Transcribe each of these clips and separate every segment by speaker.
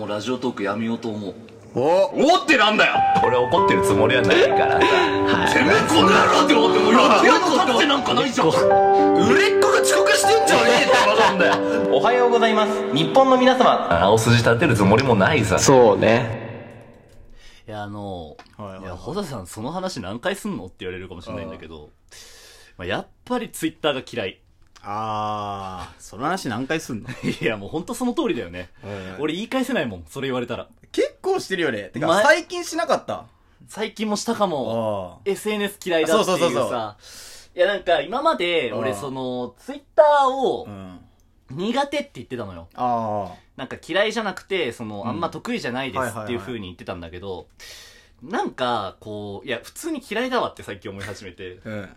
Speaker 1: もうラジオトークやめようと思う
Speaker 2: お
Speaker 1: 思ってなんだよ
Speaker 3: 俺怒ってるつもりはないから
Speaker 1: てめえこの野郎って思ってもうやってやんのだってなんかないじゃん売れっ子が遅刻してんじゃねえって話なんだよ
Speaker 4: おはようございます日本の皆様
Speaker 3: 青筋立てるつもりもないさ
Speaker 5: そうね。
Speaker 1: いや、あの、
Speaker 2: はいはい
Speaker 1: いや、ホ田さん、その話何回すんのって言われるかもしれないんだけど、まあ、やっぱりツイッターが嫌い。
Speaker 2: あー、その話何回すんの
Speaker 1: いや、もう本当その通りだよね。 俺言い返せないもん、それ言われたら。
Speaker 2: 結構してるよね。てか、
Speaker 1: 前
Speaker 2: 最近しなかった。
Speaker 1: 最近もしたかも、
Speaker 2: あ
Speaker 1: SNS 嫌いだっていうさ。
Speaker 2: そうそうそうそ
Speaker 1: いや、なんか、今まで、
Speaker 2: うん
Speaker 1: 俺、その、ツイッターを
Speaker 2: ー。うん。
Speaker 1: 苦手って言ってたのよ。
Speaker 2: あ
Speaker 1: なんか嫌いじゃなくて、その、あんま得意じゃないで
Speaker 2: はい
Speaker 1: す
Speaker 2: はいはい
Speaker 1: っていう風に言ってたんだけど、なんか、こう、いや、普通に嫌いだわって最近思い始めて、
Speaker 2: ー。うん。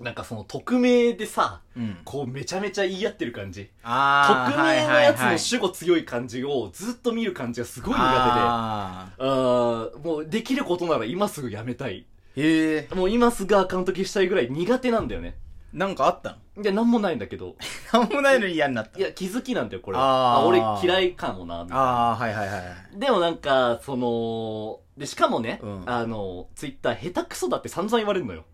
Speaker 1: なんかその、匿名でさ、
Speaker 2: うん。
Speaker 1: こうめちゃめちゃ言い合ってる感じ
Speaker 2: あ
Speaker 1: 匿名のやつの主語強い感じをずっと見る感じがすごい苦手であ
Speaker 2: あ
Speaker 1: ーもうできることなら今すぐやめたい
Speaker 2: ーへえ。
Speaker 1: もう今すぐアカウント消したいぐらい苦手なんだよね
Speaker 2: なんかあった
Speaker 1: いやなんもないんだけど
Speaker 2: のなんもないのに嫌になった
Speaker 1: い。や気づきなんだよこれ
Speaker 2: あー
Speaker 1: 俺嫌いかもなみたいな
Speaker 2: あー、はいはいはい。
Speaker 1: でもなんかそのでしかもね、
Speaker 2: うん
Speaker 1: あのツイッター下手くそだって散々言われるのよ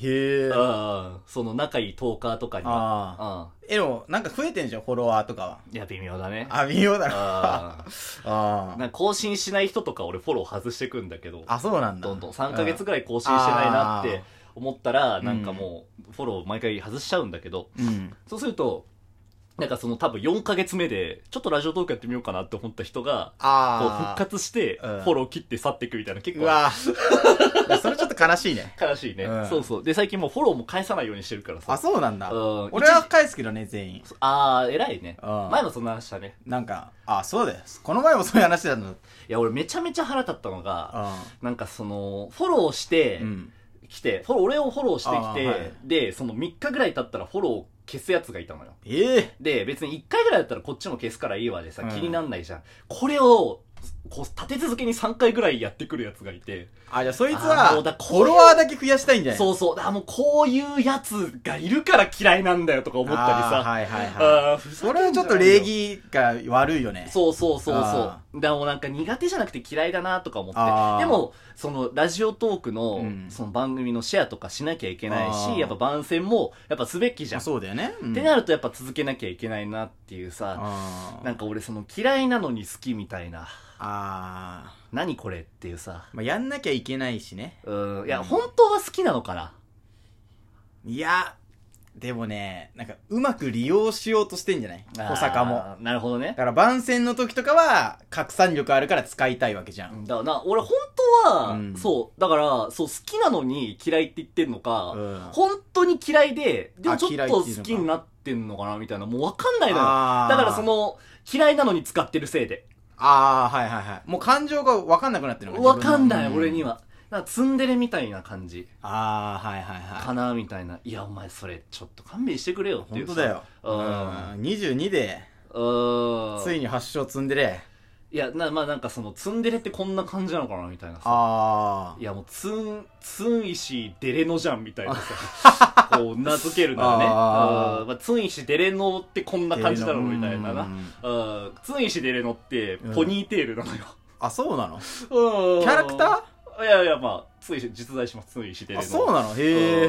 Speaker 2: へえ。
Speaker 1: あーその仲いいトーカーとかには
Speaker 2: あー。え、でも、なんか増えてんじゃん、フォロワーとかは。
Speaker 1: うんいや微妙だね
Speaker 2: あ、微妙だな。
Speaker 1: あー
Speaker 2: あー。
Speaker 1: なんか更新しない人とか俺フォロー外してくんだけど
Speaker 2: あ、そうなんだ。
Speaker 1: どんどん3ヶ月ぐらい更新してないなっ
Speaker 2: うんあ
Speaker 1: て
Speaker 2: ー
Speaker 1: 思ったら、
Speaker 2: ん
Speaker 1: なんかもうフォロー毎回外しちゃうんだけど、
Speaker 2: うん。
Speaker 1: そうすると、なんかその多分4ヶ月目で、ちょっとラジオトークやってみようかなって思った人が、こう復
Speaker 2: あー。
Speaker 1: 活して、フ
Speaker 2: うん
Speaker 1: ォロー切って去っていくみたいな結
Speaker 2: う
Speaker 1: 構
Speaker 2: わー。 いやそれちょっと悲しいね。
Speaker 1: 悲しいね、
Speaker 2: うん
Speaker 1: そうそう。で、最近もうフォローも返さないようにしてるからさ。
Speaker 2: あ、そうなんだ。
Speaker 1: うん
Speaker 2: 俺は返すけどね、全員。
Speaker 1: あー、偉いね。
Speaker 2: うん
Speaker 1: 前もそんな話したね。
Speaker 2: なんか、あ、そうだよ。この前もそういう話だったの。
Speaker 1: いや、俺めちゃめちゃ腹立ったのが、
Speaker 2: う
Speaker 1: なんかその、フォローして、
Speaker 2: ん。
Speaker 1: 来て、フォロー、俺をフォローしてきて、
Speaker 2: あーはい
Speaker 1: で、その3日ぐらい経ったらフォローを消すやつがいたのよ。
Speaker 2: ええ。
Speaker 1: で、別に1回ぐらいだったらこっちも消すからいいわでさ、
Speaker 2: うん
Speaker 1: 気になんないじゃん。これを、こう、立て続けに3回ぐらいやってくるやつがいて、
Speaker 2: あ、じゃあそいつ
Speaker 1: あ
Speaker 2: は、
Speaker 1: も
Speaker 2: フ
Speaker 1: うだこういう
Speaker 2: ォロワーだけ増やしたいんじゃない
Speaker 1: そうそう、あ、もうこういうやつがいるから嫌いなんだよとか思ったり
Speaker 2: あー
Speaker 1: さ、
Speaker 2: はいはいは
Speaker 1: あーふ
Speaker 2: い。
Speaker 1: ざけ
Speaker 2: そ
Speaker 1: んじゃ
Speaker 2: れ
Speaker 1: ないよ
Speaker 2: はちょっと礼儀が悪いよね。
Speaker 1: そうそうそうそ
Speaker 2: あ
Speaker 1: う。でもうなんか苦手じゃなくて嫌いだなとか思っ
Speaker 2: あー
Speaker 1: て。でも、そのラジオトークの、
Speaker 2: うん
Speaker 1: その番組のシェアとかしなきゃいけない
Speaker 2: あ
Speaker 1: し、
Speaker 2: ー
Speaker 1: やっぱ番宣もやっぱすべきじゃ
Speaker 2: ま
Speaker 1: ん
Speaker 2: あ。そうだよね。うん
Speaker 1: ってなるとやっぱ続けなきゃいけないなっていうさ、
Speaker 2: あー
Speaker 1: なんか俺その嫌いなのに好きみたいな、
Speaker 2: あー
Speaker 1: 何これっていうさ、
Speaker 2: まあ、やんなきゃいけないしね。
Speaker 1: うん、いや、本当は好きなのかない
Speaker 2: や、でもね、なんか、うまく利用しようとしてんじゃない小坂も。。
Speaker 1: あーなるほどね
Speaker 2: だ。から番宣の時とかは、拡散力あるから使いたいわけじゃん。
Speaker 1: だからな、俺本当は、
Speaker 2: うん
Speaker 1: そう、だから、そう、好きなのに嫌いって言ってんのか、
Speaker 2: うん
Speaker 1: 本当に嫌いで、でも
Speaker 2: あ
Speaker 1: ちょっ
Speaker 2: 嫌い
Speaker 1: と好
Speaker 2: っていうのか
Speaker 1: きになってんのかなみたいな、もうわかんないのよ。
Speaker 2: あー
Speaker 1: だからその、嫌いなのに使ってるせいで。
Speaker 2: ああ、はいはいはい。もう感情が分かんなくなってるの
Speaker 1: わかんない、
Speaker 2: 自分の
Speaker 1: 俺には。なんかツンデレみたいな感じ。
Speaker 2: ああ、はいはいはい。
Speaker 1: かなみたいな。いや、お前それ、ちょっと勘弁してくれよってい
Speaker 2: 本
Speaker 1: う
Speaker 2: 当
Speaker 1: さ。
Speaker 2: だよ。う
Speaker 1: うん
Speaker 2: ん。22で、
Speaker 1: うん。
Speaker 2: ついに発症積んでれ。
Speaker 1: いや、な、まあなんかその、ツンデレってこんな感じなのかなみたいなさ。
Speaker 2: あ
Speaker 1: いや、もう、ツン、ツン石デレノじゃんみたいな さ。こう、名付けるならね。
Speaker 2: あー
Speaker 1: うんまあ、ツン石デレノってこんな感じだろうみたいなな
Speaker 2: デ
Speaker 1: う
Speaker 2: レ。
Speaker 1: んツン石デレノって、ポニーテールなのよ。
Speaker 2: あ。あ、そうなの
Speaker 1: キ
Speaker 2: キャラクタ
Speaker 1: ーいやいや、まあ、ツン石、実在します、ツン石デレ
Speaker 2: ー
Speaker 1: ノ。
Speaker 2: あ、そう
Speaker 1: の
Speaker 2: なのへえ。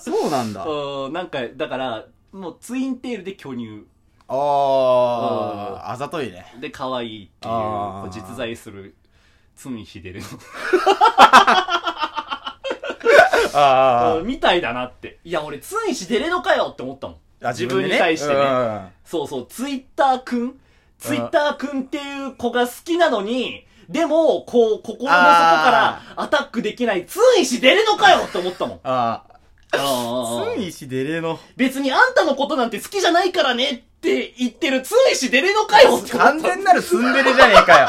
Speaker 2: そうなんだ。あ
Speaker 1: うん、なんか、だから、もう、ツインテールで巨乳。
Speaker 2: あー、あざといね。
Speaker 1: で可愛いっていう
Speaker 2: あー
Speaker 1: こう実在する罪ひでる
Speaker 2: あ
Speaker 1: のみたいだなっていや俺罪ひでれのかよって思ったもん
Speaker 2: あ。
Speaker 1: 自分に対してね
Speaker 2: ね。
Speaker 1: そうそうツイッターくんツイッターくんっていう子が好きなのにでもこう心の底からアタックできない罪ひでれのかよって思ったもん
Speaker 2: あ
Speaker 1: あ
Speaker 2: あ。
Speaker 1: ー
Speaker 2: ついしデレの。
Speaker 1: 別にあんたのことなんて好きじゃないからねって言ってる罪ひでれのかよって思った
Speaker 2: 完全なるツンデレじゃねえかよ。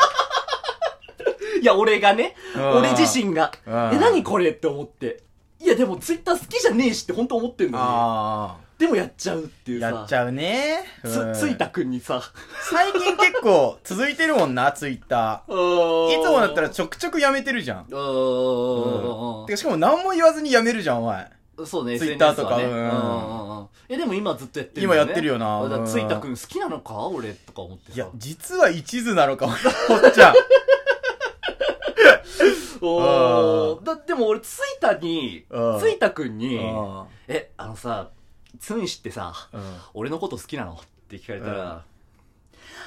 Speaker 1: いや、俺がね、
Speaker 2: うん
Speaker 1: 俺自身が、
Speaker 2: うん
Speaker 1: え、何これって思って。いや、でもツイッター好きじゃねえしって本当思ってんの
Speaker 2: あ
Speaker 1: に。でもやっちゃうってい
Speaker 2: あ。
Speaker 1: うさ。
Speaker 2: やっちゃうね。うん
Speaker 1: つ、ついたくんにさ。
Speaker 2: 最近結構続いてるもんな、ツイッタ
Speaker 1: いつ
Speaker 2: ー。いつ
Speaker 1: も
Speaker 2: もだったら、ちょくちょくやめてるじゃん。
Speaker 1: うーん。
Speaker 2: てかしかも何も言わずにやめるじゃん、お前。
Speaker 1: そうね、
Speaker 2: Twitter
Speaker 1: SNS はね
Speaker 2: とかうん
Speaker 1: うんうんうん。え、でも今ずっとやってる、ね。
Speaker 2: 今やってるよな
Speaker 1: だから
Speaker 2: うん
Speaker 1: ついたくん好きなのか俺とか思ってさ。
Speaker 2: いや、実は一途なのかも、 おっちゃん。
Speaker 1: お
Speaker 2: う
Speaker 1: ー。だ、でも俺ついたに
Speaker 2: う、ん
Speaker 1: ついたくんに、
Speaker 2: うん
Speaker 1: え、あのさ、つんしってさ、
Speaker 2: うん
Speaker 1: 俺のこと好きなのって聞かれたら、
Speaker 2: うん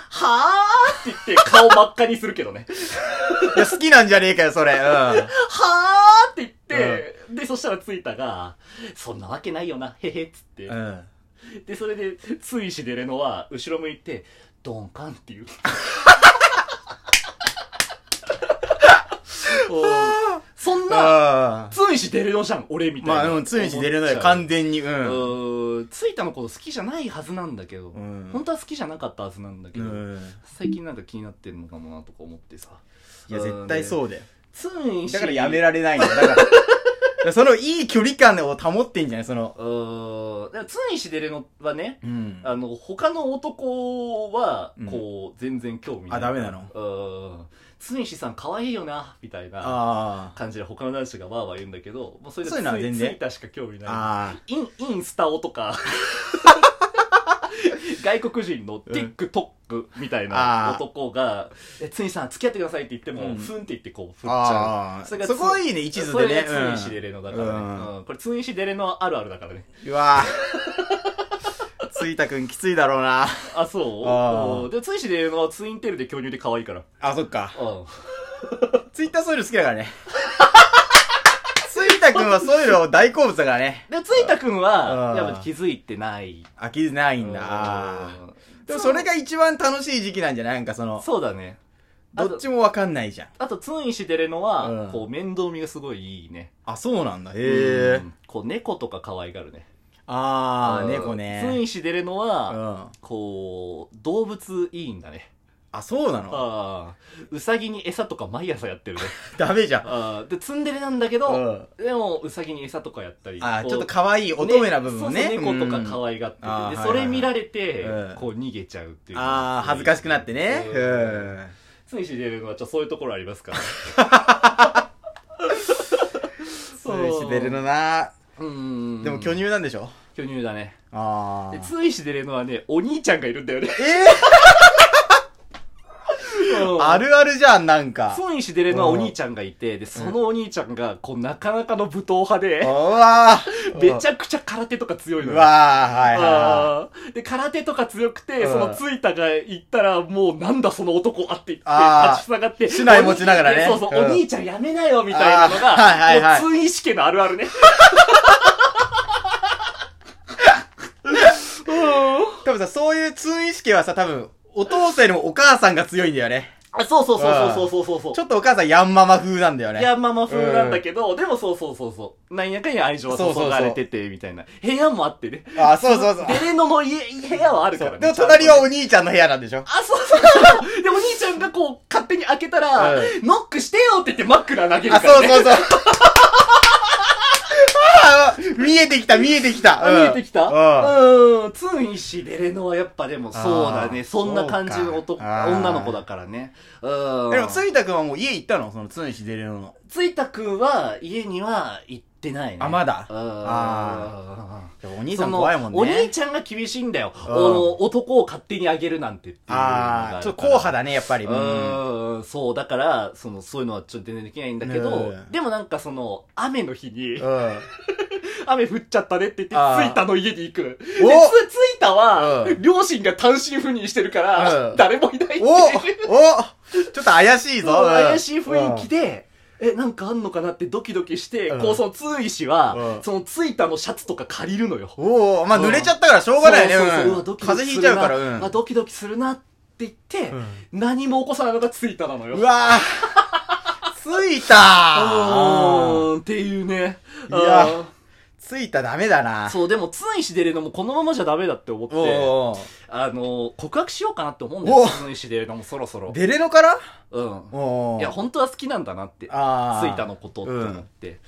Speaker 1: はぁーって言って顔真っ赤にするけど ね。
Speaker 2: いや、好きなんじゃねえかよ、それ。うん。
Speaker 1: はぁーって言って、で、そしたらついたが、そんなわけないよな、へへっつって。
Speaker 2: うん。
Speaker 1: で、それで、ついしでれのは、後ろ向いて、ドンカンって いう。おーそんな、
Speaker 2: あ
Speaker 1: ついしでれのじゃん、俺み
Speaker 2: ー
Speaker 1: たいな。
Speaker 2: まあ、うん、ついに出るのよ、
Speaker 1: 完
Speaker 2: 完全に。うん。
Speaker 1: うん、ついたのこと好きじゃないはずなんだけど、
Speaker 2: ん
Speaker 1: 本当は好きじゃなかったはずなんだけ
Speaker 2: う
Speaker 1: ど、
Speaker 2: ん。
Speaker 1: 最近なんか気になってるのかもなとか思ってさ。
Speaker 2: いや、絶対
Speaker 1: う
Speaker 2: そうだよ。
Speaker 1: ん。ついし。
Speaker 2: だからやめられないんだよ。だからだから、 そのいい距離感を保ってんじゃないその。
Speaker 1: うん。だからついしでれのはね、
Speaker 2: うん
Speaker 1: あの、他の男は
Speaker 2: うん、
Speaker 1: こう、全然興味ない。
Speaker 2: あダメなの
Speaker 1: うん。ついしさん可愛いよな、みたいな
Speaker 2: ああ。
Speaker 1: 感じで他の男子がわーわー言うんだけど、もうそれで
Speaker 2: そういうのは全然
Speaker 1: ついたしか興味な
Speaker 2: あ
Speaker 1: い。イン、インスタオと か、外国人の TikTok みたいな
Speaker 2: あー
Speaker 1: 男が、え、ついさん付き合ってくださいって言っても、
Speaker 2: うん
Speaker 1: ふんって言ってこう振
Speaker 2: あ。
Speaker 1: っちゃう。
Speaker 2: あ
Speaker 1: れ
Speaker 2: あ。
Speaker 1: が
Speaker 2: そこはいいね、一
Speaker 1: そ
Speaker 2: 途
Speaker 1: れ
Speaker 2: でね。
Speaker 1: がツンシデレのだからね。
Speaker 2: うん
Speaker 1: うんこれツンシデレのあるあるだからね。
Speaker 2: うん。うわぁ。ついたくんきついだろうな。
Speaker 1: あ、そう
Speaker 2: あー
Speaker 1: うんで、ツイシで言うのはツインテールで巨乳で可愛いから。
Speaker 2: あ、そっか。
Speaker 1: うん。
Speaker 2: ツイッターそういうの好きだからね。ついたくんはそういうの大好物だからね。
Speaker 1: で、ついたくんは
Speaker 2: あ、ー
Speaker 1: やっぱ気づいてない。
Speaker 2: 飽きないんだ。あーでもそれが一番楽しい時期なんじゃないなんかそ
Speaker 1: うん
Speaker 2: の、
Speaker 1: そうだね。
Speaker 2: どっちもわかんないじゃん。
Speaker 1: あと、ツンシデレの
Speaker 2: う
Speaker 1: は
Speaker 2: ん、
Speaker 1: こう、面倒見がすごいいいね。
Speaker 2: あ、そうなんだ。へえ
Speaker 1: うん。こう、猫とか可愛がるね。
Speaker 2: あ
Speaker 1: う
Speaker 2: ー、
Speaker 1: ん
Speaker 2: 猫
Speaker 1: ツ
Speaker 2: ね。
Speaker 1: ンシデレの
Speaker 2: う
Speaker 1: は、
Speaker 2: ん。
Speaker 1: こう、動物いいんだね。
Speaker 2: あ、そうなの
Speaker 1: ああ。うさぎに餌とか毎朝やって るね。
Speaker 2: ダメじゃん。
Speaker 1: ああ。で、ツンデレなんだけど、
Speaker 2: あ
Speaker 1: でも、うさぎに餌とかやったり。
Speaker 2: あ
Speaker 1: こ
Speaker 2: ー、
Speaker 1: う
Speaker 2: ちょっと可愛い乙女な部分ね。
Speaker 1: そうそう猫とか
Speaker 2: うん
Speaker 1: 可愛がってて、
Speaker 2: うんあー
Speaker 1: で
Speaker 2: はい
Speaker 1: そ
Speaker 2: はいはい
Speaker 1: れ見られて、
Speaker 2: うん
Speaker 1: こう逃げちゃうっていう
Speaker 2: あー、恥ずかしくなってね。
Speaker 1: う
Speaker 2: うんん。
Speaker 1: ついし出るのはちょっとそういうところあります から
Speaker 2: つ
Speaker 1: そう
Speaker 2: いし出るのな。
Speaker 1: うん
Speaker 2: でも巨乳なんでしょ
Speaker 1: 巨乳だね
Speaker 2: あ
Speaker 1: で
Speaker 2: ー。
Speaker 1: ついし出るのはねお兄ちゃんがいるんだよね
Speaker 2: ええー、あ
Speaker 1: る
Speaker 2: るあるじゃん、なんか。
Speaker 1: ついし出るのはお兄ちゃんがいてでそのお兄ちゃんがこうなかなかの武闘派
Speaker 2: う
Speaker 1: で
Speaker 2: わー。
Speaker 1: めちゃくちゃ空手とか強いの
Speaker 2: う
Speaker 1: よ
Speaker 2: わー、はいはいはい。
Speaker 1: あーで、空手とか強くて、
Speaker 2: うん
Speaker 1: そのついたが行ったら、もうなんだその男はって言って、
Speaker 2: あー
Speaker 1: 立ち塞がって。
Speaker 2: 竹刀持ちながらね
Speaker 1: お兄そうそう、
Speaker 2: う
Speaker 1: お
Speaker 2: ん
Speaker 1: 兄ちゃんやめなよ、みたいなのが、
Speaker 2: あーはいはいはい
Speaker 1: もう通意識のあるあるね。うん
Speaker 2: 多分さ、そういう通意識はさ、多分、お父さんよりもお母さんが強いんだよね。
Speaker 1: あそうそうそうそうそうそうそう
Speaker 2: ち。ょっとお母さんヤンママ風なんだよね。
Speaker 1: いや、ママ風なんだけど、でもそうそうそうそう。なんやかんや愛情は注がれてて、みたいな。部屋もあってね。
Speaker 2: あ、そうそうそう。
Speaker 1: デレノの家、部屋はあるか
Speaker 2: そ
Speaker 1: らね。
Speaker 2: うでも隣
Speaker 1: ち
Speaker 2: は
Speaker 1: ゃんとね
Speaker 2: お兄ちゃんの部屋なんでしょ
Speaker 1: あ、そうそうそう。で、お兄ちゃんがこう、勝手に開けたら、
Speaker 2: う
Speaker 1: ノックしてよって言って枕投げる
Speaker 2: あ、
Speaker 1: から、ね。
Speaker 2: そうそうそう。あー見えてきた、見えてきた。
Speaker 1: あ
Speaker 2: うん
Speaker 1: 見えてきた
Speaker 2: うん。
Speaker 1: うん。ツンイシデレノはやっぱでもそうだね。
Speaker 2: あー
Speaker 1: そんな感じの
Speaker 2: そう
Speaker 1: 男、
Speaker 2: かあー
Speaker 1: 女の子だからね。うん。
Speaker 2: でも、ついたくんはもう家行ったのその、ついし出るのの。
Speaker 1: ついたくんは家には行ってないね。
Speaker 2: あまだ
Speaker 1: うん。
Speaker 2: あでもお兄さ
Speaker 1: そ
Speaker 2: ん
Speaker 1: の
Speaker 2: 怖いもんね。
Speaker 1: お兄ちゃんが厳しいんだよ。
Speaker 2: うん
Speaker 1: おの男を勝手にあげるなんてっていうのが
Speaker 2: あ
Speaker 1: るから
Speaker 2: あ、ちょっと硬派だね、やっぱり。うん
Speaker 1: うん、そう、だから、その、そういうのはちょっと全然できないんだけど
Speaker 2: う、ん
Speaker 1: でもなんかその、雨の日に、
Speaker 2: うん。
Speaker 1: 雨降っちゃったねって言って、
Speaker 2: あー
Speaker 1: ついたの家に行く。で、つ、つ
Speaker 2: お
Speaker 1: いたは
Speaker 2: う、ん
Speaker 1: 両親が単身赴任してるから、
Speaker 2: うん
Speaker 1: 誰もいないっていう
Speaker 2: おおちょっと怪しいぞ。うん
Speaker 1: 怪しい雰囲気で、え、なんかあんのかなってドキドキして、
Speaker 2: うん
Speaker 1: こう、その、ついしは
Speaker 2: う、ん
Speaker 1: その、ついたのシャツとか借りるのよ。
Speaker 2: おおまあ濡れちゃったからしょうがないね。
Speaker 1: そうそうそう
Speaker 2: う
Speaker 1: うわ
Speaker 2: ん
Speaker 1: ドキド
Speaker 2: 風
Speaker 1: キす
Speaker 2: 邪ひい
Speaker 1: る
Speaker 2: ち
Speaker 1: な
Speaker 2: ゃうから。うん。
Speaker 1: あドキドキするなって言って、
Speaker 2: うん
Speaker 1: 何も起こさないのがついたなのよ。
Speaker 2: うわぁついた
Speaker 1: うーん、っていうね。
Speaker 2: いや
Speaker 1: うん
Speaker 2: ついたダメだな。
Speaker 1: そう、でも、ついし出るのもこのままじゃダメだって思っ
Speaker 2: お
Speaker 1: て、
Speaker 2: うおう
Speaker 1: あの、告白しようかなって思うんだよ
Speaker 2: お。
Speaker 1: ついし出るのもそろそろ。
Speaker 2: デレノから
Speaker 1: うん。
Speaker 2: おうおう
Speaker 1: いや、本当は好きなんだなって。つい
Speaker 2: あー
Speaker 1: たのことって思って。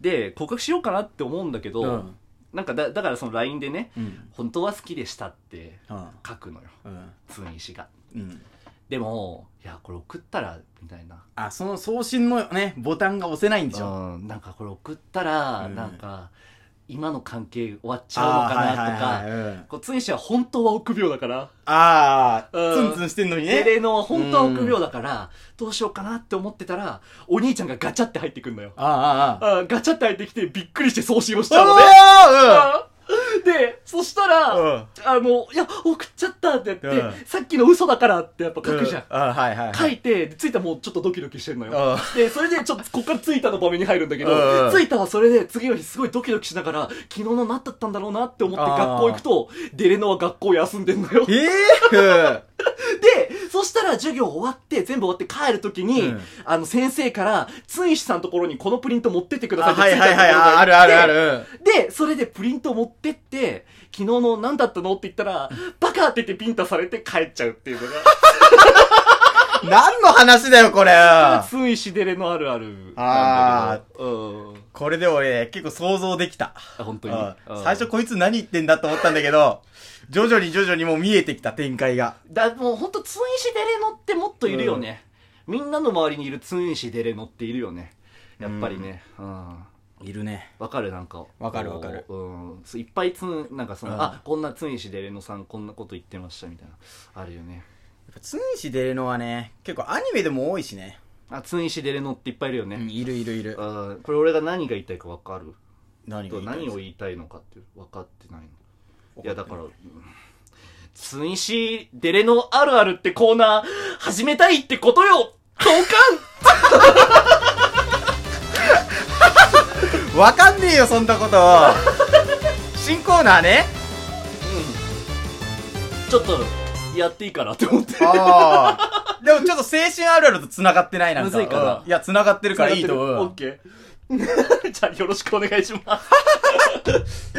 Speaker 1: で、告白しようかなって思うんだけ
Speaker 2: う
Speaker 1: ど
Speaker 2: ん、
Speaker 1: なんかだ、だからその LINE でね、
Speaker 2: うん。
Speaker 1: 本当は好きでしたって
Speaker 2: うん。
Speaker 1: 書くのよ。
Speaker 2: うん。
Speaker 1: ついしが。
Speaker 2: うん。
Speaker 1: でも、いや、これ送ったら、みたいな。
Speaker 2: あ、その送信のね、ボタンが押せないんでしょ。
Speaker 1: うん、なんかこれ送ったら、
Speaker 2: うん
Speaker 1: なんか、今の関係終わっちゃうのかなとか、
Speaker 2: あーはいはいはいうん
Speaker 1: こうつん氏は本当は臆病だから、
Speaker 2: あー、
Speaker 1: うん
Speaker 2: ツンツンしてんのに
Speaker 1: エ
Speaker 2: ね。
Speaker 1: レノは本当は臆病だから、どうしようかなって思ってたら、お兄ちゃんがガチャって入ってくんのよ。
Speaker 2: ああ、ああ。
Speaker 1: あーガチャって入ってきてびっくりして送信をしちゃうのね。
Speaker 2: あ
Speaker 1: あーで、そしたら、
Speaker 2: うん
Speaker 1: あの、いや、送っちゃったってやって、
Speaker 2: うん
Speaker 1: さっきの嘘だからってやっぱ書くじゃん。
Speaker 2: あはいはい。
Speaker 1: 書いて、で、ついたもうちょっとドキドキしてんのよ。
Speaker 2: う
Speaker 1: で、それでちょっと、こっからついたの場面に入るんだけど
Speaker 2: う、ん
Speaker 1: ついたはそれで次の日すごいドキドキしながら、昨日のなったったんだろうなって思って
Speaker 2: あー
Speaker 1: 学校行くと、デレノは学校休んでんのよ。
Speaker 2: ええ
Speaker 1: で、そしたら授業終わって、全部終わって帰るときに、
Speaker 2: うん
Speaker 1: あの先生から、つんいしさんのところにこのプリント持ってってください
Speaker 2: あ
Speaker 1: って
Speaker 2: はい
Speaker 1: つた
Speaker 2: はい
Speaker 1: とこ
Speaker 2: は
Speaker 1: ろに行って
Speaker 2: い。ああるあるある。
Speaker 1: で、それでプリント持ってって、昨日の何だったのって言ったら、バカって言ってビンタされて帰っちゃうっていうの
Speaker 2: うん何の話だよ、これ。
Speaker 1: が、ついしデレのあるあるなんだけど。うん。
Speaker 2: これで俺、結構想像できた。
Speaker 1: あ本当に。
Speaker 2: う
Speaker 1: うんん
Speaker 2: 最初こいつ何言ってんだと思ったんだけど、徐々に徐々にもう見えてきた展開が。
Speaker 1: だ、もう本当ツンイシデレノってもっといるよね。みんなの周りにいるツンイシデレノっているよね。やっぱりね。うん。
Speaker 2: いるね。
Speaker 1: わかるなんか。
Speaker 2: わかるわかる
Speaker 1: こううん。そういっぱいツン、なんかその、
Speaker 2: うん
Speaker 1: あ、こんなツンイシデレノさんこんなこと言ってましたみたいな。あるよね。
Speaker 2: つんし出るのはね、結構アニメでも多いしね。
Speaker 1: あ、ツンイシデレノっていっぱいいるよね。
Speaker 2: いるいるいる。
Speaker 1: あーこれ俺が何が言いたいか分かる
Speaker 2: 何
Speaker 1: と何を
Speaker 2: い
Speaker 1: 言いたいのかって分かってないのいやだからうん「ツイシーデレのあるある」ってコーナー始めたいってことよ同
Speaker 2: わかんねえよ、そんなこと。新コーナーね。
Speaker 1: 感ちょっとやっていいかなって思って
Speaker 2: ああ。でもちょっと精神あるあると繋がってないなんか。
Speaker 1: むずいかな
Speaker 2: うんいや、繋がってるからいいと思う。
Speaker 1: オッケーじゃあよろしくお願いします